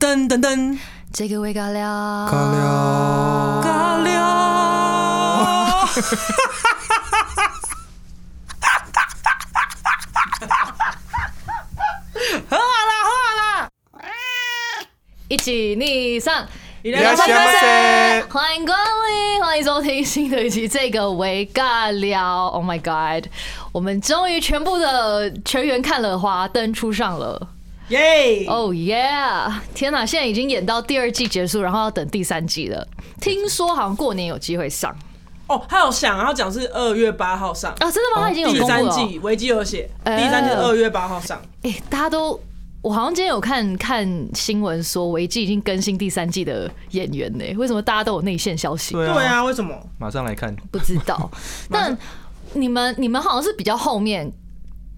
噔噔噔，这个味尬聊，尬聊尬聊。一起逆上，いいらっしゃいませ。欢迎光临，欢迎收听新的一期这个微尬聊。Oh my god，我们终于全部的全员看了《华灯初上》了。耶！ Oh yeah！天哪，现在已经演到第二季结束，然后要等第三季了。听说好像过年有机会上哦，他有想，他讲是二月八号上，啊？真的吗？他已经有第公布三了哦。季维基有写，哎第三季二月八号上。哎、大家都，我好像今天有看看新闻说，维基已经更新第三季的演员呢、为什么大家都有内线消息？对对啊，啊，为什么？马上来看。不知 道。但你们你们好像是比较后面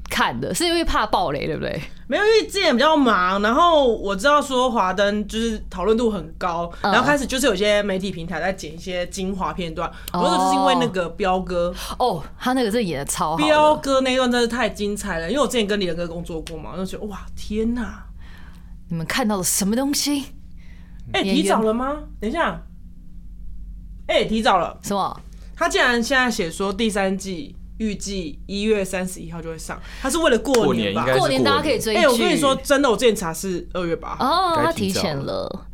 看的，是因为怕暴雷，对不对？没有，因为之前比较忙，然后我知道说华灯就是讨论度很高，嗯然后开始就是有些媒体平台在剪一些精华片段，哦我说就是因为那个彪哥，哦，他那个真的演的超好的。彪哥那一段真的太精彩了，因为我之前跟李仁哥工作过嘛，我就觉得哇天哪，你们看到了什么东西？哎、演员提早了吗？等一下，哎、提早了，什么？他竟然现在写说第三季预计一月三十一号就会上，他是为了过过年年吧应该？是过年大家可以过追剧。哎、我跟你说，真的，我之前查是二月八号。哦，该他提提早前了了。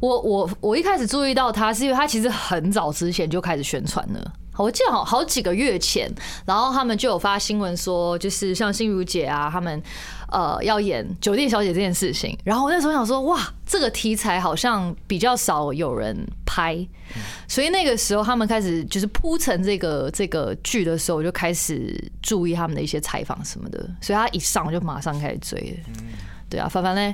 我我我一开始注意到他，是因为他其实很早之前就开始宣传了。我记得好好几个月前，然后他们就有发新闻说，就是像心如姐啊，他们呃要演酒店小姐这件事情。然后我那时候想说，哇，这个题材好像比较少有人拍，嗯所以那个时候他们开始就是铺陈这个这个剧的时候，我就开始注意他们的一些采访什么的。所以他一上我就马上开始追了。嗯对啊，凡凡嘞，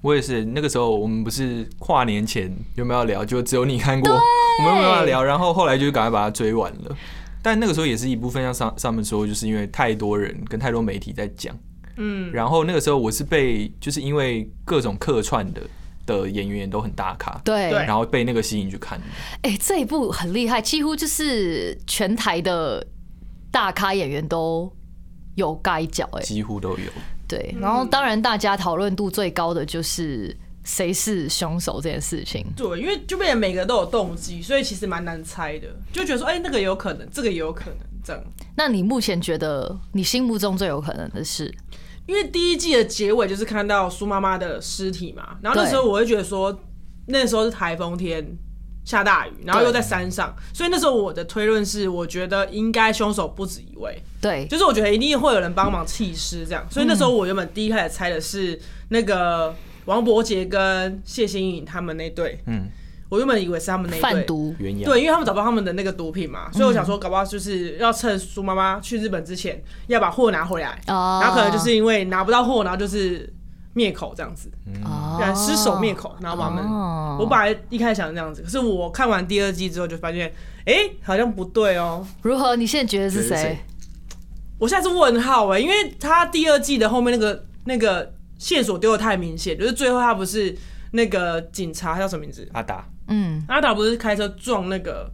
我也是，那个时候我们不是跨年前有没有要聊，就只有你看过，我们有没有要聊，然后后来就赶快把它追完了。但那个时候也是一部分，像上上面说，就是因为太多人跟太多媒体在讲，嗯，然后那个时候我是被就是因为各种客串的的演员也都很大咖，对对然后被那个吸引去看的，哎、这一部很厉害，几乎就是全台的大咖演员都有盖脚哎，几乎都有。对。嗯然后当然大家讨论度最高的就是谁是凶手这件事情。对，因为就变成每个都有动机，所以其实蛮难猜的，就觉得说，哎、那个也有可能，这个也有可能这样。那你目前觉得你心目中最有可能的是？因为第一季的结尾就是看到苏妈妈的尸体嘛，然后那对时候我会觉得说，那时候是台风天，下大雨，然后又在山上，所以那时候我的推论是，我觉得应该凶手不止一位，对，就是我觉得一定会有人帮忙弃尸这样，所以那时候我原本第一开始猜的是那个王伯杰跟谢欣颖他们那对，嗯，我原本以为是他们那贩对。毒嗯鸳鸯对，因为他们找不到他们的那个毒品嘛，所以我想说，搞不好就是要趁苏妈妈去日本之前，要把货拿回来。啊然后可能就是因为拿不到货，然后就是灭口这样子，哦对，失手灭口，然后把他们。哦我本来一开始想这样子，可是我看完第二季之后就发现，哎、好像不对哦。如何？你现在觉得是觉得是谁谁？我现在是问号哎、因为他第二季的后面那个那个线索丢的太明显，就是最后他不是那个警察他叫什么名字？阿达，嗯，阿达不是开车撞那个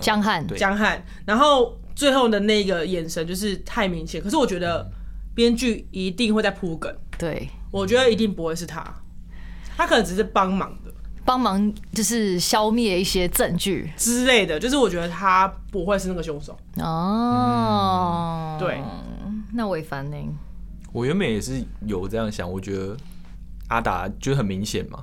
江汉。对江汉，然后最后的那个眼神就是太明显。可是我觉得编剧一定会在铺梗，对，我觉得一定不会是他，他可能只是帮忙的帮忙就是消灭一些证据之类的，就是我觉得他不会是那个凶手。哦。嗯对，那韦凡呢？我原本也是有这样想，我觉得阿达就是很明显嘛，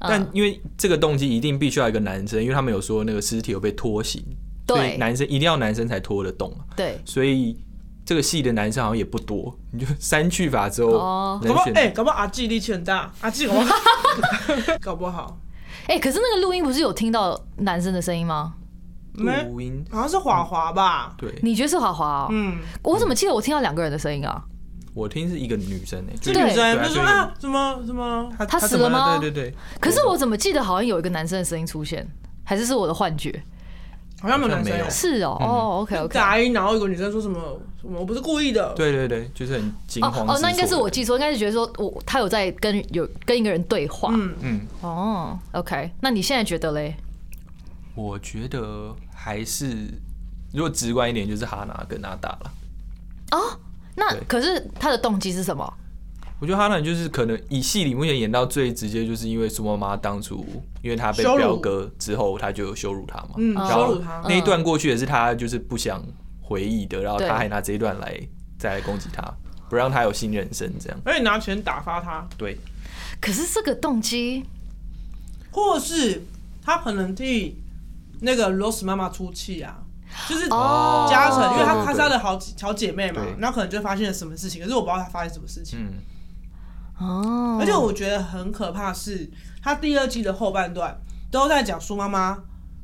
嗯但因为这个动机一定必须要一个男生，因为他们有说那个尸体有被拖行，所以对男生一定要男生才拖得动嘛，对，所以这个戏的男生好像也不多，你就删去法之哦后搞人不好选、哎、搞不好阿纪力气很大，阿纪搞 不好搞不好哎、可是那个录音不是有听到男生的声音吗？没录音，好像是华华吧？对你觉得是华华、哦？嗯，我怎么记得我听到两个人的声音啊？我听是一个女生哎、这就对女生对就说对啊啊，什么什么，她她她死怎么了吗对对对，可是我怎么记得好像有一个男生的声音出现，还是是我的幻觉？好像没有男好像生没有有是哦，嗯哦，OK OK。杂音，然后有个女生说什么什么，我不是故意的。对对对，就是很惊哦慌哦，那失应该是措我的记错，应该是觉得说我他有在跟有跟一个人对话。嗯嗯，哦，OK，那你现在觉得嘞？我觉得还是如果直观一点就是哈娜跟阿达了。哦，那对可是他的动机是什么？我觉得哈兰就是可能以戏里目前演到最直接，就是因为苏妈妈当初因为她被羞辱彪哥之后，她就羞辱他嘛，嗯然羞后辱他那一段过去也是她就是不想回忆的，然后对她还拿这一段来再来攻击他，不让他有新人生这样。而且哎拿拳打发他，对，可是这个动机，或是他可能替那个 Rose 妈妈出气啊，就是哦加成，因为对对她对她是她的好姐好姐妹嘛对，那可能就发现了什么事情，可是我不知道她发现什么事情。嗯，哦，而且我觉得很可怕的是，她第二季的后半段都在讲苏妈妈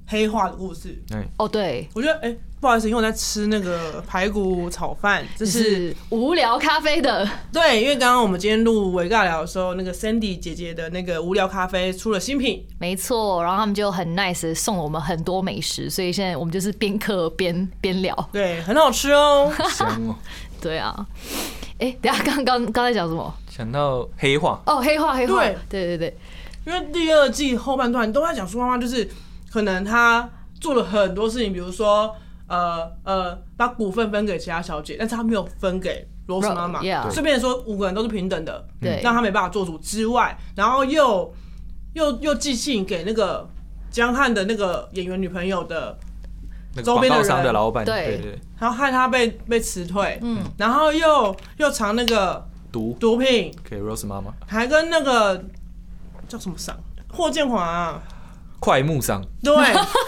黑化的故事。对，哦对，我觉得，哎、不好意思，因为我在吃那个排骨炒饭，这是是无聊咖啡的，对，因为刚刚我们今天录维尬聊的时候，那个 Sandy 姐姐的那个无聊咖啡出了新品，没错。然后他们就很 nice 地送我们很多美食，所以现在我们就是边嗑边边聊。对，很好吃哦。 香哦，对啊，哎、等一下刚刚刚才讲什么？ 想到黑化，哦，黑化黑化，对对对对，因为第二季后半段都在讲苏妈妈，就是可能她做了很多事情，比如说呃呃，把股份分给其他小姐，但是她没有分给罗斯妈妈 Rose，yeah，顺便说五个人都是平等的，对让她没办法做主之外，然后又又又寄信给那个江汉的那个演员女朋友的，那个周广边的告商人的老板，对对对，然后害她被被辞退，嗯，然后又又藏那个毒毒品，给 Rose 妈妈，还跟那个叫什么赏霍建华、啊。快木商，对，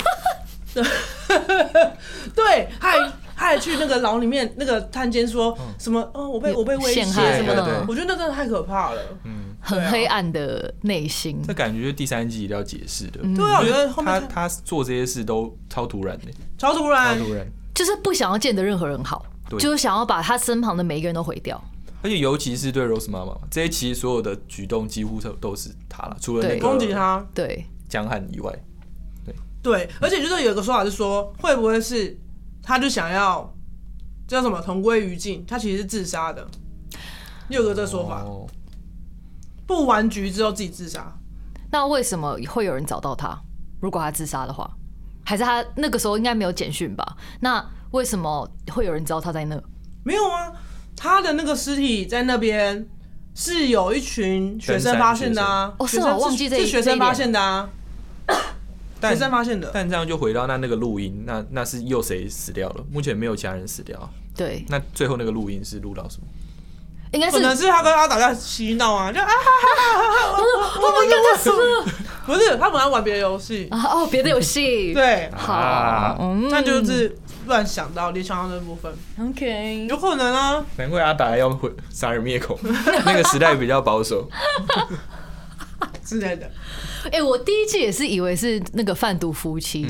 对，还还去那个牢里面那个探监说什么？哦，我被我被威胁陷害什么嗯对的对，嗯我觉得那真的太可怕了。很黑暗的内心。这感觉就是第三季一定要解释的。对啊，我觉得后他面哎他做这些事都超突然的，超突然超，突然。就是不想要见得任何人好，对就是想要把他身旁的每一个人都毁掉。而且尤其是对 Rose 妈妈，这一期所有的举动几乎都都是她了，除了那对个攻击他。对，江汉以外，对，而且就是有一个说法是说，会不会是他就想要叫什么同归于尽？他其实是自杀的。有个这说法，哦布完局之后自己自杀，那为什么会有人找到他？如果他自杀的话，还是他那个时候应该没有简讯吧？那为什么会有人知道他在那？没有啊，他的那个尸体在那边是有一群学生发现的啊，登山学学生生哦是哦忘记这一是学生发现的啊，学但生发现的。但这样就回到那那个录音，那那是又谁死掉了？目前没有其他人死掉啊。对，那最后那个录音是录到什么？应该是可能是他跟阿达在嬉闹啊，就啊哈哈哈哈，哦我们刚刚死了不是他本来玩别的游戏，啊！哦，别的游 戏。，对，好啊，嗯，那就是乱想到联想到那部分， OK。有可能啊，难怪阿达要回 杀人灭口，那个时代比较保守。之类的。哎，我第一季也是以为是那个贩毒夫妻，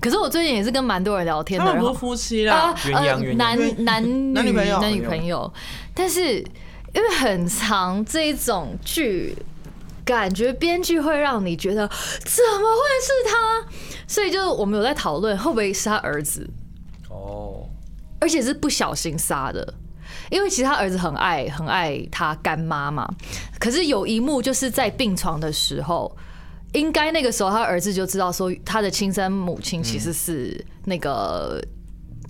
可是我最近也是跟蛮多人聊天嗯他的，们然不后是夫妻啊啦，，鸳鸯呃鸳鸯男男男女朋友男女朋友，但是因为很长这种剧，感觉编剧会让你觉得怎么会是他，所以就是我们有在讨论会不会是他儿子，哦，而且是不小心杀的。因为其实他儿子很爱很爱他干妈嘛，可是有一幕就是在病床的时候，应该那个时候他儿子就知道说他的亲生母亲其实是那个、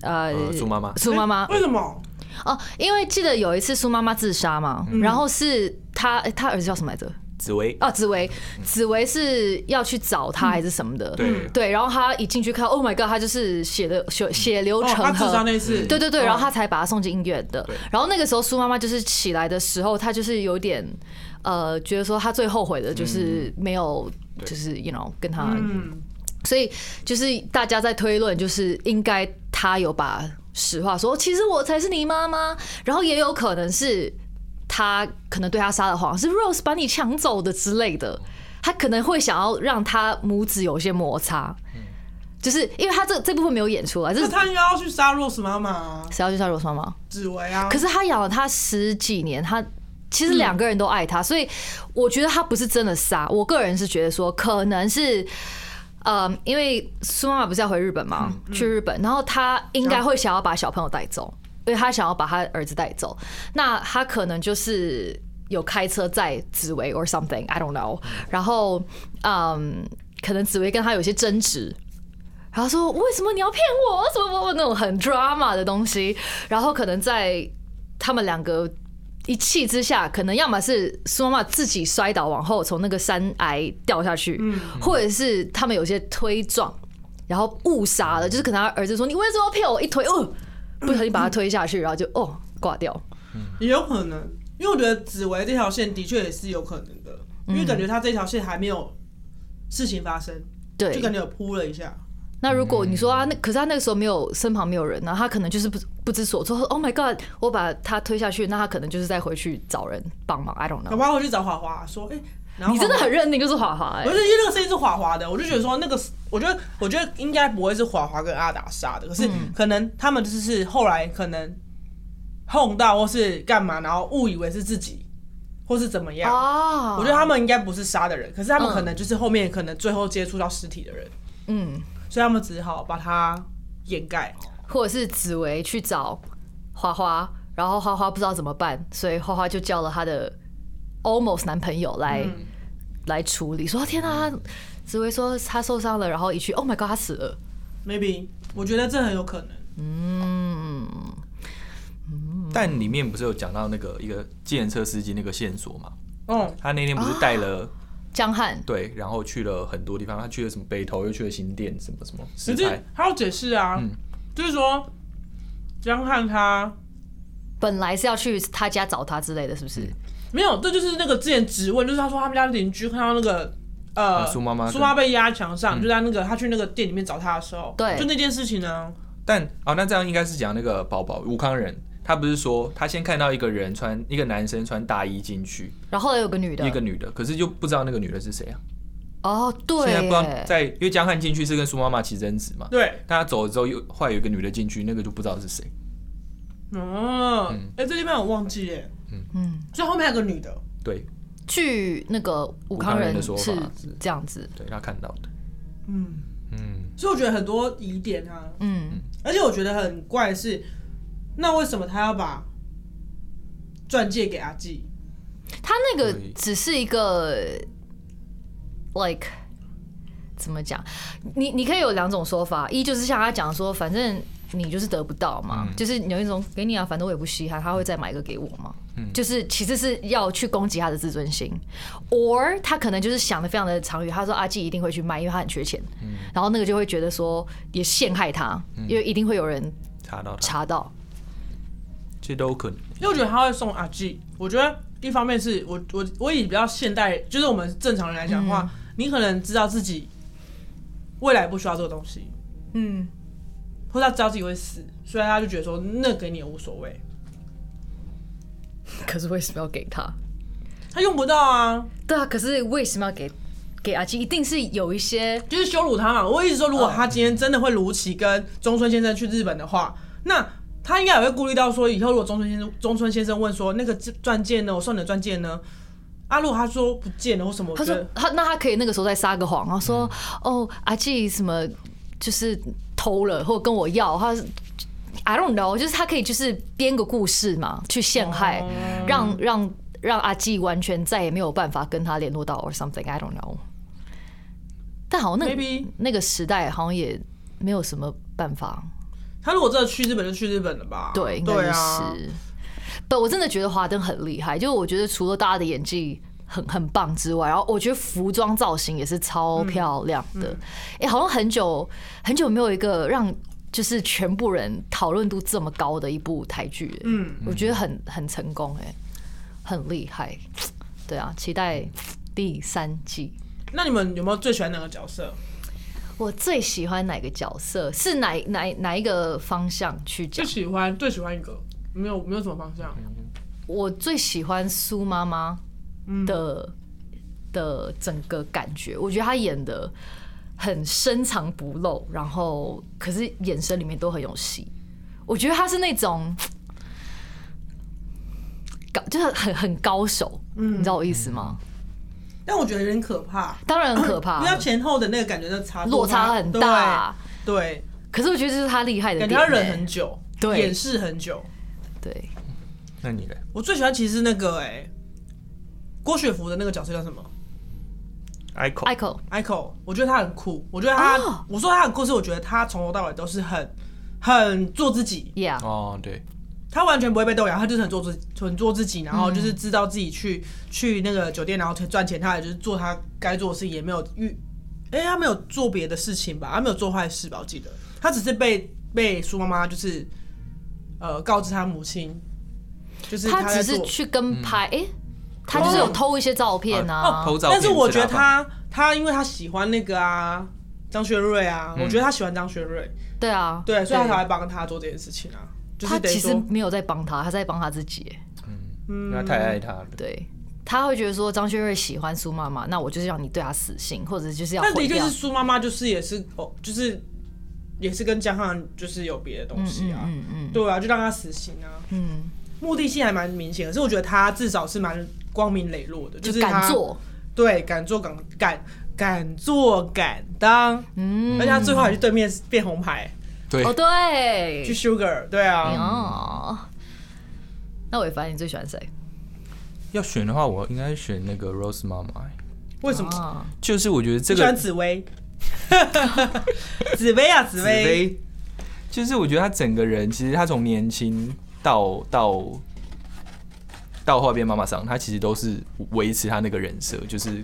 呃，呃猪妈妈，苏妈妈，为什么？哦，因为记得有一次苏妈妈自杀嘛，嗯然后是她诶她儿子叫什么来着？紫薇，啊，紫薇，紫薇是要去找嗯她还是什么的？对对，然后她一进去看，Oh my god，她就是血的血血流哦，成他自河。杀那次，对对对，然后哦她才把她送进医院的对。然后那个时候苏妈妈就是起来的时候，她就是有点呃，觉得说她最后悔的就是没有，就是你 you know 跟她嗯，所以就是大家在推论，就是应该他有把实话说，哦其实我才是你妈妈，然后也有可能是他可能对他撒了谎，是 Rose 把你抢走的之类的，他可能会想要让他母子有一些摩擦，就是因为他这这部分没有演出来，这那是他应该要去杀 Rose 妈妈啊，谁要去杀 Rose 妈妈？紫薇啊，可是他养了他十几年，他其实两个人都爱他，所以我觉得他不是真的杀。我个人是觉得说，可能是。呃，因为苏妈妈不是要回日本吗？去日本，然后她应该会想要把小朋友带走，因为她想要把她儿子带走。那她可能就是有开车载紫薇 or something I don't know。然后，嗯，可能紫薇跟她有些争执，然后说为什么你要骗我？什么什么那种很 drama 的东西，然后可能在他们两个一气之下，可能要么是苏妈妈自己摔倒往后从那个山崖掉下去，或者是他们有些推撞，然后误杀了，就是可能他儿子说你为什么要骗我一推，哦，不小心把他推下去，然后就哦挂掉。也有可能，因为我觉得紫薇这条线的确也是有可能的，嗯因为感觉他这条线还没有事情发生，对就，感觉有铺了一下。那如果你说啊，那可是他那个时候没有身旁没有人呢、他可能就是不不知所措。说 Oh my god，我把他推下去，那他可能就是再回去找人帮忙。I don't 搞 know。不好我去找华华说，哎、然后你真的华华很认定就是华华哎、不是因为那个声音是华华的，我就觉得说那个，我觉得我觉得应该不会是华华跟阿达杀的，可是嗯可能他们就是后来可能碰到或是干嘛，然后误以为是自己，或是怎么样。啊，我觉得他们应该不是杀的人，可是他们嗯可能就是后面可能最后接触到尸体的人，嗯，所以他们只好把它掩盖。或者是紫薇去找花花，然后花花不知道怎么办，所以花花就叫了她的 almost 男朋友来、嗯来处理。说天啊，紫薇说她受伤了，然后一去 Oh my god，她死了。 Maybe 我觉得这很有可能。但里面不是有讲到那个一个计程车司机那个线索嘛？嗯，他那天不是带啊了、江汉对，然后去了很多地方，他去了什么北投，又去了新店，什么什么食可材是，他要解释啊，嗯就是说江汉他本来是要去他家找他之类的，是不是？嗯没有，这就是那个之前质问，就是他说他们家邻居看到那个呃啊苏妈妈苏跟妈被压在墙上，就在那个他去那个店里面找他的时候，对就那件事情呢，但哦，那这样应该是讲那个宝宝吴康仁，他不是说他先看到一个人穿一个男生穿大衣进去，然后后来有个女的一，个女的，可是就不知道那个女的是谁啊？哦，对现在不知道耶，在，因为江汉进去是跟苏妈妈起争执嘛，对，但他走了之后又后来有一个女的进去，那个就不知道是谁。哦，哎、这地方我忘记耶，嗯嗯所以后面还有个女的，对据那个武康武康人人的说法是是这样子，对，他看到的，嗯，嗯，所以我觉得很多疑点啊，嗯，而且我觉得很怪的是，那为什么他要把钻戒给阿纪？他那个对只是一个，like 怎么讲？你你可以有两种说法，一就是像他讲说，反正你就是得不到嘛，就是有一种给你啊，反正我也不稀罕，他会再买一个给我嘛。就是其实是要去攻击他的自尊心，or 他可能就是想的非常的长远，他说阿啊纪一定会去卖，因为他很缺钱，然后那个就会觉得说也陷害他，因为一定会有人查到他，查到，这都有可能。因为我觉得他会送阿 G，我觉得一方面是我我我以比较现代，就是我们正常人来讲的话，嗯你可能知道自己未来不需要这个东西，嗯，或者他知道自己会死，所以他就觉得说那给你也无所谓，可是为什么要给他？他用不到啊，对啊，可是为什么要给给阿基？一定是有一些就是羞辱他嘛。我一直说，如果他今天真的会如期跟中村先生去日本的话，那他应该也会顾虑到说，以后如果中村先生中村先生问说那个钻戒呢，我送你的钻戒呢，啊，如果他说不见了或什么，我他觉说得他那他可以那个时候再撒个谎，然后说、哦阿纪什么就是偷了或者跟我要，他是 I don't know，就是他可以就是编个故事嘛，去陷害，让让让阿纪完全再也没有办法跟他联络到 or something I don't know。但好像那 Maybe 那个时代好像也没有什么办法，他如果真的去日本就去日本了吧？对，应该对就啊。是。但我真的觉得华灯很厉害，就是我觉得除了大家的演技很很棒之外，然后我觉得服装造型也是超漂亮的。哎、嗯好像很久很久没有一个让就是全部人讨论度这么高的一部台剧、欸，嗯，我觉得很很成功、哎，很厉害。对啊，期待第三季。那你们有没有最喜欢哪个角色？我最喜欢哪个角色？是哪哪哪一个方向去讲最？喜欢最喜欢一个，没有没有什么方向。我最喜欢苏妈妈嗯的、的整个感觉，我觉得她演的很深藏不露，然后可是眼神里面都很有戏。我觉得她是那种高，就是很很高手，嗯你知道我意思吗？但我觉得有点可怕，当然很 可因怕为，他前后的那个感觉就差落差很大。对，可是我觉得这是她厉害对，的感点、欸觉他忍很久，对掩饰很久。对，那你嘞？我最喜欢其实是那个哎、郭雪芙的那个角色叫什么 Ico，艾蔻， ？Ico，我觉得他很酷。我觉得他哦我说他很酷是我觉得他从头到尾都是很很做自己， yeah，哦，对，他完全不会被动摇，他就是很做自很做自己，然后就是知道自己去、去那个酒店，然后赚钱，他也就是做他该做的事，也没有遇，哎、他没有做别的事情吧，他没有做坏事吧，我记得，他只是被被苏妈妈就是呃告知他母亲，就是他在只是做嗯哦去跟拍，诶，他就是有偷一些照片啊，偷照片但是是我觉得他他他因为他喜欢那个啊张学瑞啊，我觉得他喜欢张学瑞，嗯对啊，对，所以他才会帮他做这件事情啊。就是他等于其实说，没有在帮他，他在帮他自己耶。嗯嗯因为他太爱他了。对，他会觉得说张学瑞喜欢苏妈妈，那我就是让你对他死心，或者就是要但的毁确掉是。苏妈妈就是也是哦，就是也是跟江汉就是有别的东西啊，嗯嗯对啊，就让他死刑啊，嗯，目的性还蛮明显，可是我觉得他至少是蛮光明磊落的，就是敢他，做，对，敢做敢敢敢做敢当，嗯，而且他最后还去对面变红牌对哦，对去，Sugar，对啊，哦，那伟凡，你最喜欢谁？要选的话，我应该选那个 Rose 妈妈，欸为什么？啊，就是我觉得这喜个欢紫薇， 紫薇啊，紫紫薇，薇，就是我觉得他整个人，其实他从年轻到到到后来变妈妈桑，他其实都是维持他那个人设，就是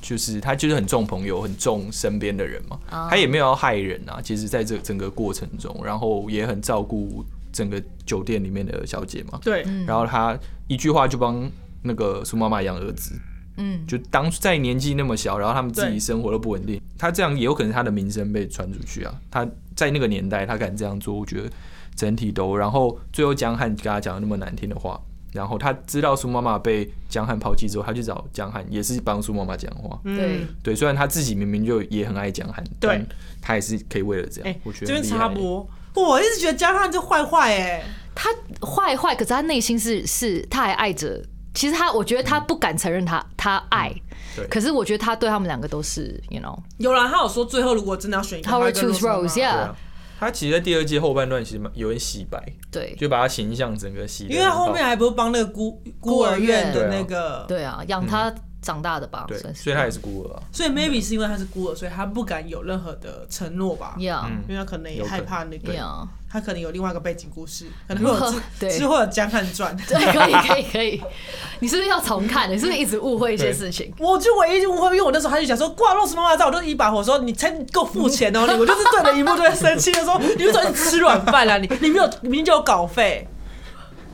就是他就是很重朋友，很重身边的人嘛，哦啊他也没有要害人啊。其实在这整个过程中，然后也很照顾整个酒店里面的小姐嘛，对，嗯然后他一句话就帮那个苏妈妈养儿子，嗯，就当在年纪那么小，然后他们自己对生活都不稳定，他这样也有可能他的名声被传出去啊。他在那个年代，他敢这样做，我觉得整体都。然后最后江汉跟他讲了那么难听的话，然后他知道苏妈妈被江汉抛弃之后，他去找江汉，也是帮苏妈妈讲话。嗯对，对，虽然他自己明明就也很爱江汉，对但他也是可以为了这样，哎、我觉这得很边厉害插播，我一直觉得江汉这坏坏哎，他坏坏，可是他内心是是，他还爱着。其实他，我觉得他不敢承认他他爱嗯对，可是我觉得他对他们两个都是，you know，有啦，他有说最后如果真的要选一个，他会跟 choose Rose 妈妈 Rose，yeah 对啊。他其实，在第二季后半段其实蛮有点洗白，对就把他形象整个洗得啊因为很爆。他后面还不是帮那个孤孤儿院的那个，对啊，养他长大的吧，对，算是所以他也是孤儿啊。所以 maybe 是因为他是孤儿，所以他不敢有任何的承诺吧。 ，yeah 嗯因为他可能也有可能害怕那个， yeah，他可能有另外一个背景故事，可能会有呵 对之之后有江汉传。对，可以，可以，可以。 你是不是要重看？你是不是一直误会一些事情？我就唯一误会，因为我那时候他就想说挂 Rose 妈妈照，我就一把火说你才给我付钱哦、你我就是对着荧幕就在生气的说，你为什么一直吃软饭啊？你你没有明明就有稿费。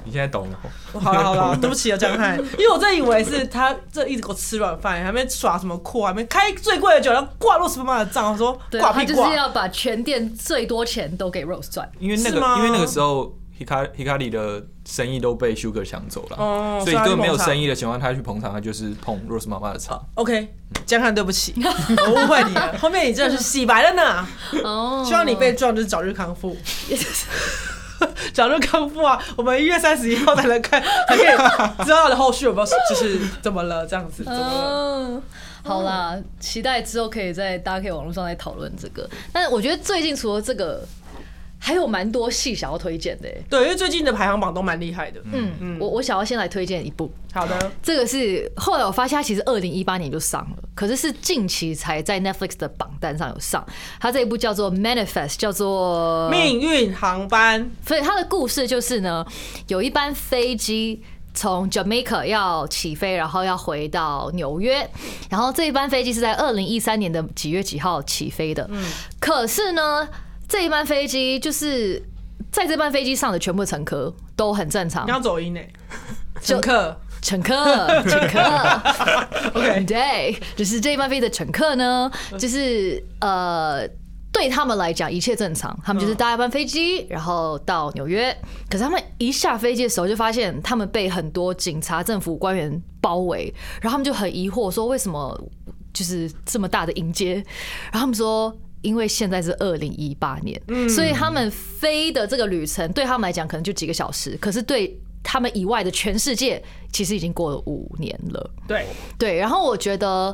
你现在懂了。 好了好了，对不起啊，江汉，因为我真的以为是他这一直给我吃软饭，还没耍什么酷，还没开最贵的酒，然后挂 Rose 妈妈的账，我说对，挂他屁就挂是。要把全店最多钱都给 Rose 赚。因为那是个吗因为那个时候 Hikari Hikari 的生意都被 Sugar 抢走了，哦所以根本没有所以他去捧场哦生意的情况，他去捧场，他就是捧 Rose 妈妈的场。 OK，江汉，对不起，我误会你 了。后面你真的是洗白了呢，哦，希望你被撞就是早日康复， 早日康复啊！我们一月三十一号才能看，才可以知道他的后续有没有，就是怎么了这样子，怎么了？嗯，好啦，期待之后可以在大家可以网络上来讨论这个。但是我觉得最近除了这个，还有蛮多戏想要推荐的欸。对，因为最近的排行榜都蛮厉害的。嗯，嗯，我我想要先来推荐一部，好的，这个是后来我发现，它其实二零一八年就上了，可是是近期才在 Netflix 的榜单上有上。它这一部叫做《Manifest》，叫做命运航班，所以他的故事就是呢，有一班飞机从 Jamaica 要起飞，然后要回到纽约，然后这一班飞机是在二零一三年的几月几号起飞的。可是呢，这一班飞机就是在这班飞机上的全部乘客都很正常你，要走音呢，乘客乘客，乘客。 ，OK， 对，就是这一班飞的乘客呢，就是呃。对他们来讲，一切正常。他们就是搭一班飞机，然后到纽约。可是他们一下飞机的时候，就发现他们被很多警察、政府官员包围，然后他们就很疑惑，说为什么就是这么大的迎接？然后他们说，因为现在是二零一八年，所以他们飞的这个旅程对他们来讲可能就几个小时，可是对他们以外的全世界，其实已经过了五年了。对，对，然后我觉得，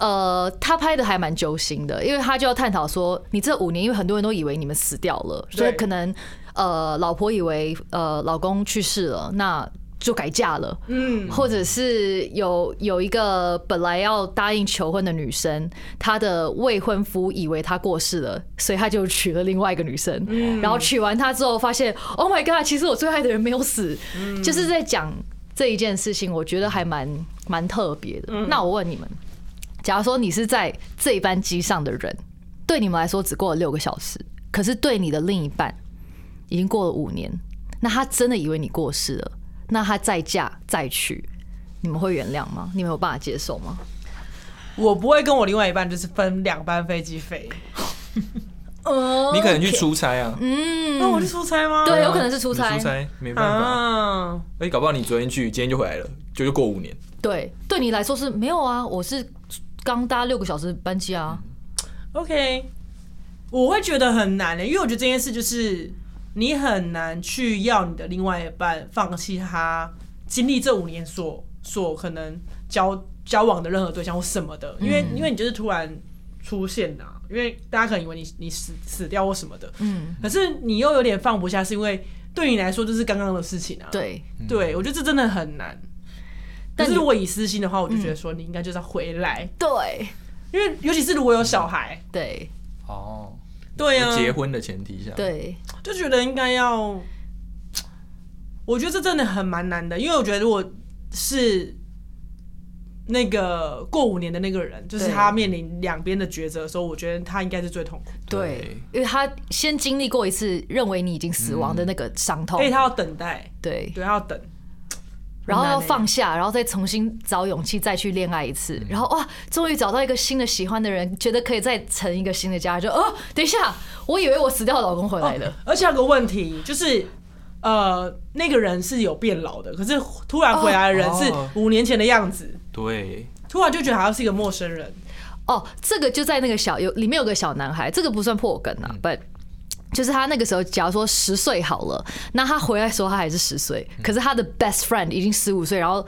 呃，他拍的还蛮揪心的，因为他就要探讨说，你这五年，因为很多人都以为你们死掉了，所以对可能，呃，老婆以为呃老公去世了，那就改嫁了，嗯，或者是有有一个本来要答应求婚的女生，她的未婚夫以为她过世了，所以他就娶了另外一个女生，然后娶完她之后发现，Oh my god，其实我最爱的人没有死，就是在讲这一件事情，我觉得还蛮蛮特别的。那我问你们，假如说你是在这班机上的人，对你们来说只过了六个小时，可是对你的另一半已经过了五年，那他真的以为你过世了，那他再嫁再娶，你们会原谅吗？你们有办法接受吗？我不会跟我另外一半就是分两班飞机飞，哦你可能去出差啊，那、我是出差吗？嗯对，有可能是出你差出。差没办法。啊，而且搞不好你昨天去，今天就回来了，就就过五年。对，对你来说是没有啊，我是刚搭六个小时班机啊。 OK，我会觉得很难的、欸因为我觉得这件事就是你很难去要你的另外一半放弃他经历这五年所所可能交交往的任何对象或什么的，因为、嗯因为你就是突然出现的啊、因为大家可能以为你你死死掉或什么的，嗯，可是你又有点放不下，是因为对你来说就是刚刚的事情啊。，对，对我觉得这真的很难。但嗯但是你嗯如果以私心的话，我就觉得说你应该就是要回来，对，因为尤其是如果有小孩，对，哦，对啊，结婚的前提下，，对，就觉得应该要，我觉得这真的很蛮难的，因为我觉得如果是那个过五年的那个人，就是对他面临两边的抉择的时候，我觉得他应该是最痛苦的，对，因为他先经历过一次认为你已经死亡的那个伤痛而，且他要等待，对，对，他要等，哦然后哎很要难欸放下，然后再重新找勇气再去恋爱一次，然后哇，终于找到一个新的喜欢的人，觉得可以再成一个新的家，就哦，等一下，我以为我死掉的老公回来了，而且还有个问题就是。呃，那个人是有变老的，可是突然回来的人是哦五年前的样子，对，突然就觉得好像是一个陌生人。哦，这个就在那个小有里面有个小男孩，这个不算破梗啊、b u t 就是他那个时候，假如说十岁好了，那他回来的时候他还是十岁，可是他的 best friend 已经十五岁，然后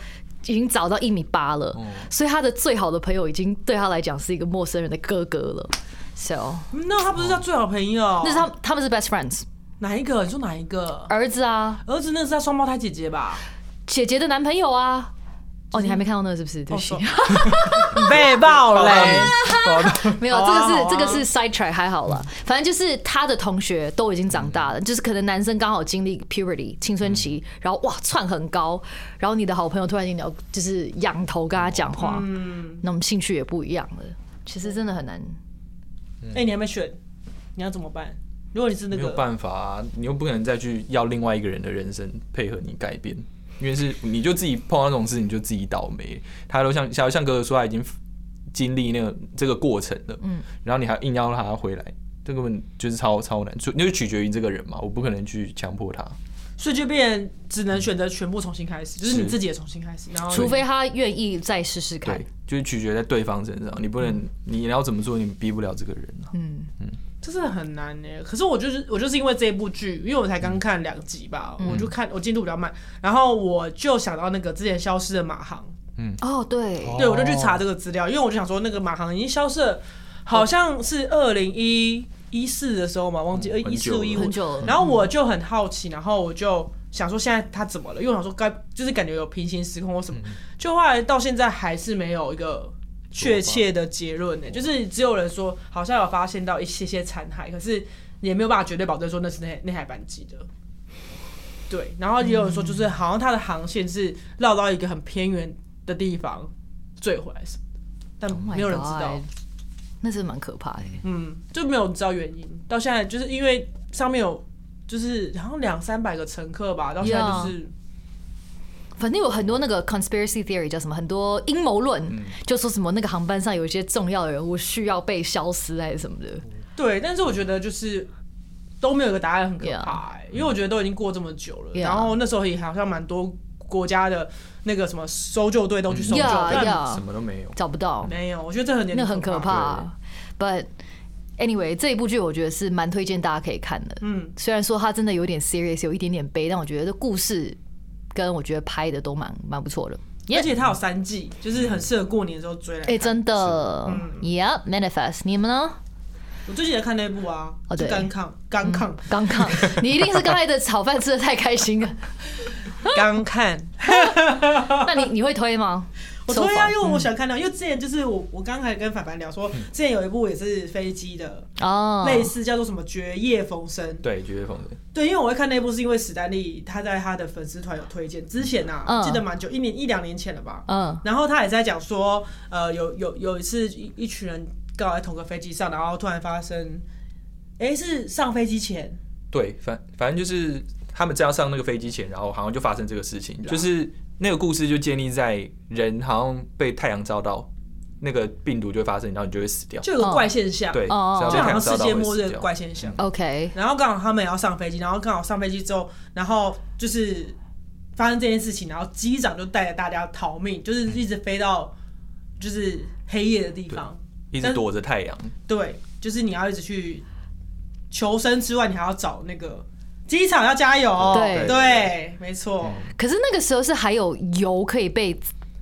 已经长到一米八了，所以他的最好的朋友已经对他来讲是一个陌生人的哥哥了。So，那他不是他最好朋友？那是他他们是 best friends，哪一个？你说哪一个？儿子啊，儿子那是他双胞胎姐姐吧？姐姐的男朋友啊。哦，你还没看到那个是不是？对不起哦，被爆好嘞、啦好啦没有，好这啊个好是啊这个是 side track 还好了。反正就是他的同学都已经长大了，就是可能男生刚好经历 puberty 青春期，然后哇窜很高，然后你的好朋友突然间聊，就是仰头跟他讲话，那我们兴趣也不一样了。其实真的很难，哎、你还没选，你要怎么办？如果你是那没有个，办法啊，你又不可能再去要另外一个人的人生配合你改变，因为是你就自己碰到那种事，你就自己倒霉。他都像像像哥哥说，他已经经历那个这个过程了，嗯，然后你还硬要他回来，这个问就是超超难，就那就取决于这个人嘛，我不可能去强迫他。所以就变只能选择全部重新开始，就是你自己也重新开始，然后除非他愿意再试试看嗯对。，就是取决在对方身上，你不能你要怎么做，你逼不了这个人啊。这真的很难呢、可是我就是我就是因为这部剧，因为我才刚看两集吧，我就看我进度比较慢，然后我就想到那个之前消失的马航，哦，对，对我就去查这个资料，因为我就想说那个马航已经消失了，好像是二零一一四的时候嘛，忘记嗯呃很一久四了一很五久了然后我就很好奇，然后我就想说现在他怎么了？因为我想说该就是感觉有平行时空或什么，嗯就后来到现在还是没有一个确切的结论呢、就是只有人说好像有发现到一些些残骸，可是也没有办法绝对保证说那是那那台班机的。对，然后也有人说嗯就是好像它的航线是绕到一个很偏远的地方坠回来什么的，但 Oh my 没有人知道。 God，那是蛮可怕的。嗯，就没有知道原因。到现在就是因为上面有就是好像两三百个乘客吧，到现在就是反正有很多那个 conspiracy theory 叫什么，很多阴谋论，就说什么那个航班上有一些重要的人物需要被消失还是什么的。对，但是我觉得就是都没有一个答案，很可怕、欸因为我觉得都已经过这么久了 Yeah 然后那时候也好像蛮多国家的那个什么搜救队都去搜救 Yeah，但 yeah 啊什么都没有。找不到，没有，我觉得这很那很可可怕、。But 啊 anyway，这一部剧我觉得是蛮推荐大家可以看的。嗯，虽然说它真的有点 serious，有一点点悲，但我觉得故事跟我觉得拍的都蛮蛮不错的。而且它有三季，就是很适合过年的时候追来看。哎、真的、嗯 y e a h m a n i f e s t 你们呢？我最近在看那部啊，哦就 对嗯刚看刚看， 刚刚，你一定是刚才的炒饭吃的太开心了。刚看，那你你会推吗？我推啊， So far 因为我想看到，因为之前就是我我刚才跟凡凡聊说，之前有一部也是飞机的，哦，类似叫做什么《绝夜逢生》。对，绝对放的。对，因为我会看那部是因为史丹利他在他的粉丝团有推荐，之前啊嗯记得蛮久，一年一两年前了吧。嗯然后他也在讲说，呃，有有有一次一一群人刚好在同个飞机上，然后突然发生，哎，是上飞机前，对，反反正就是他们正要上那个飞机前，然后好像就发生这个事情，就是那个故事就建立在人好像被太阳照到，那个病毒就会发生，然后你就会死掉。就有个怪现象，对，只哦要被就好太像阳照世到界会末日死的掉。怪现象。 ，OK，然后刚好他们也要上飞机，然后刚好上飞机之后，然后就是发生这件事情，然后机长就带着大家逃命，就是一直飞到就是黑夜的地方。一直躲着太阳，对，就是你要一直去求生之外，你还要找那个机场要加油哦。对对，没错，可是那个时候是还有油可以被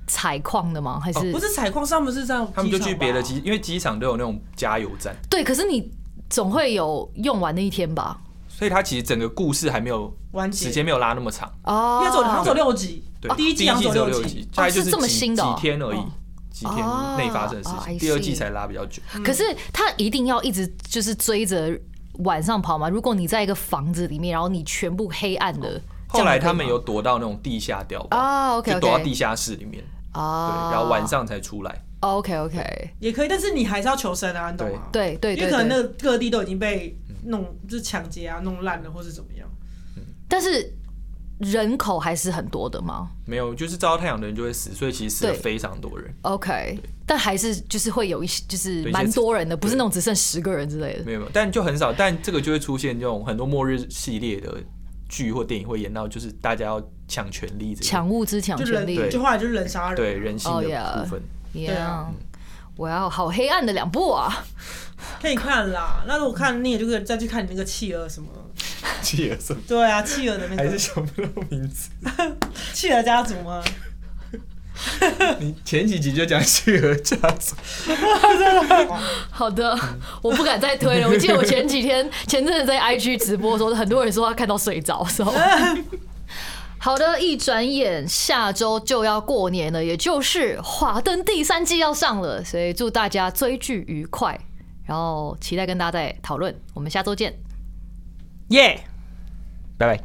采矿的吗？还是哦不是采矿，他们是在嗯他们就机场去吧别的。机，因为机场都有那种加油站，对？可是你总会有用完的一天吧？所以它其实整个故事还没有完结时间没有拉那么长。哦因为走好像走六集，对，哦第一季好像只有六集，大概就是是这么几新的哦几天而已哦，几天内发生的事哦哦情。 I 第二季 see 才拉比较久，嗯可是他一定要一直就是追着晚上跑吗？如果你在一个房子里面，然后你全部黑暗哦的，这后样来可以吗他们有躲到那种地下碉堡，啊，OK 就躲到 OK 地下室里面，对，啊，然后晚上才出来。 OK OK，也可以，但是你还是要求生啊，你懂吗？对对因为对可能对，那个各地都已经被弄，就是抢劫啊，弄烂了或是怎么样。哦但是人口还是很多的吗没有，就是照到太阳的人就会死，所以其实死了对非常多人。 ？OK，但还是就是会有一些就是对蛮多人的，对不是那种只剩十个人之类的。没有，没有，但就很少，但这个就会出现这种很多末日系列的剧或电影会演到，就是大家要抢权力这个，抢物资抢就权人力，就后来就是人啊杀人，对人性的 Oh, yeah 部分。对啊 Yeah，我要好黑暗的两部啊！可以看啦。那如果看腻了，就可以再去看你那个企鹅什么。企鹅什么？对啊，企鹅的那还是个想不到名字。企鹅家族啊吗？你前几集就讲企鹅家族，好的，我不敢再推了。我记得我前几天前阵子在 IG 直播的时候，很多人说他看到睡着，时候。好的，一转眼下周就要过年了，也就是《华灯》第三季要上了，所以祝大家追剧愉快，然后期待跟大家再讨论。我们下周见。耶、拜拜。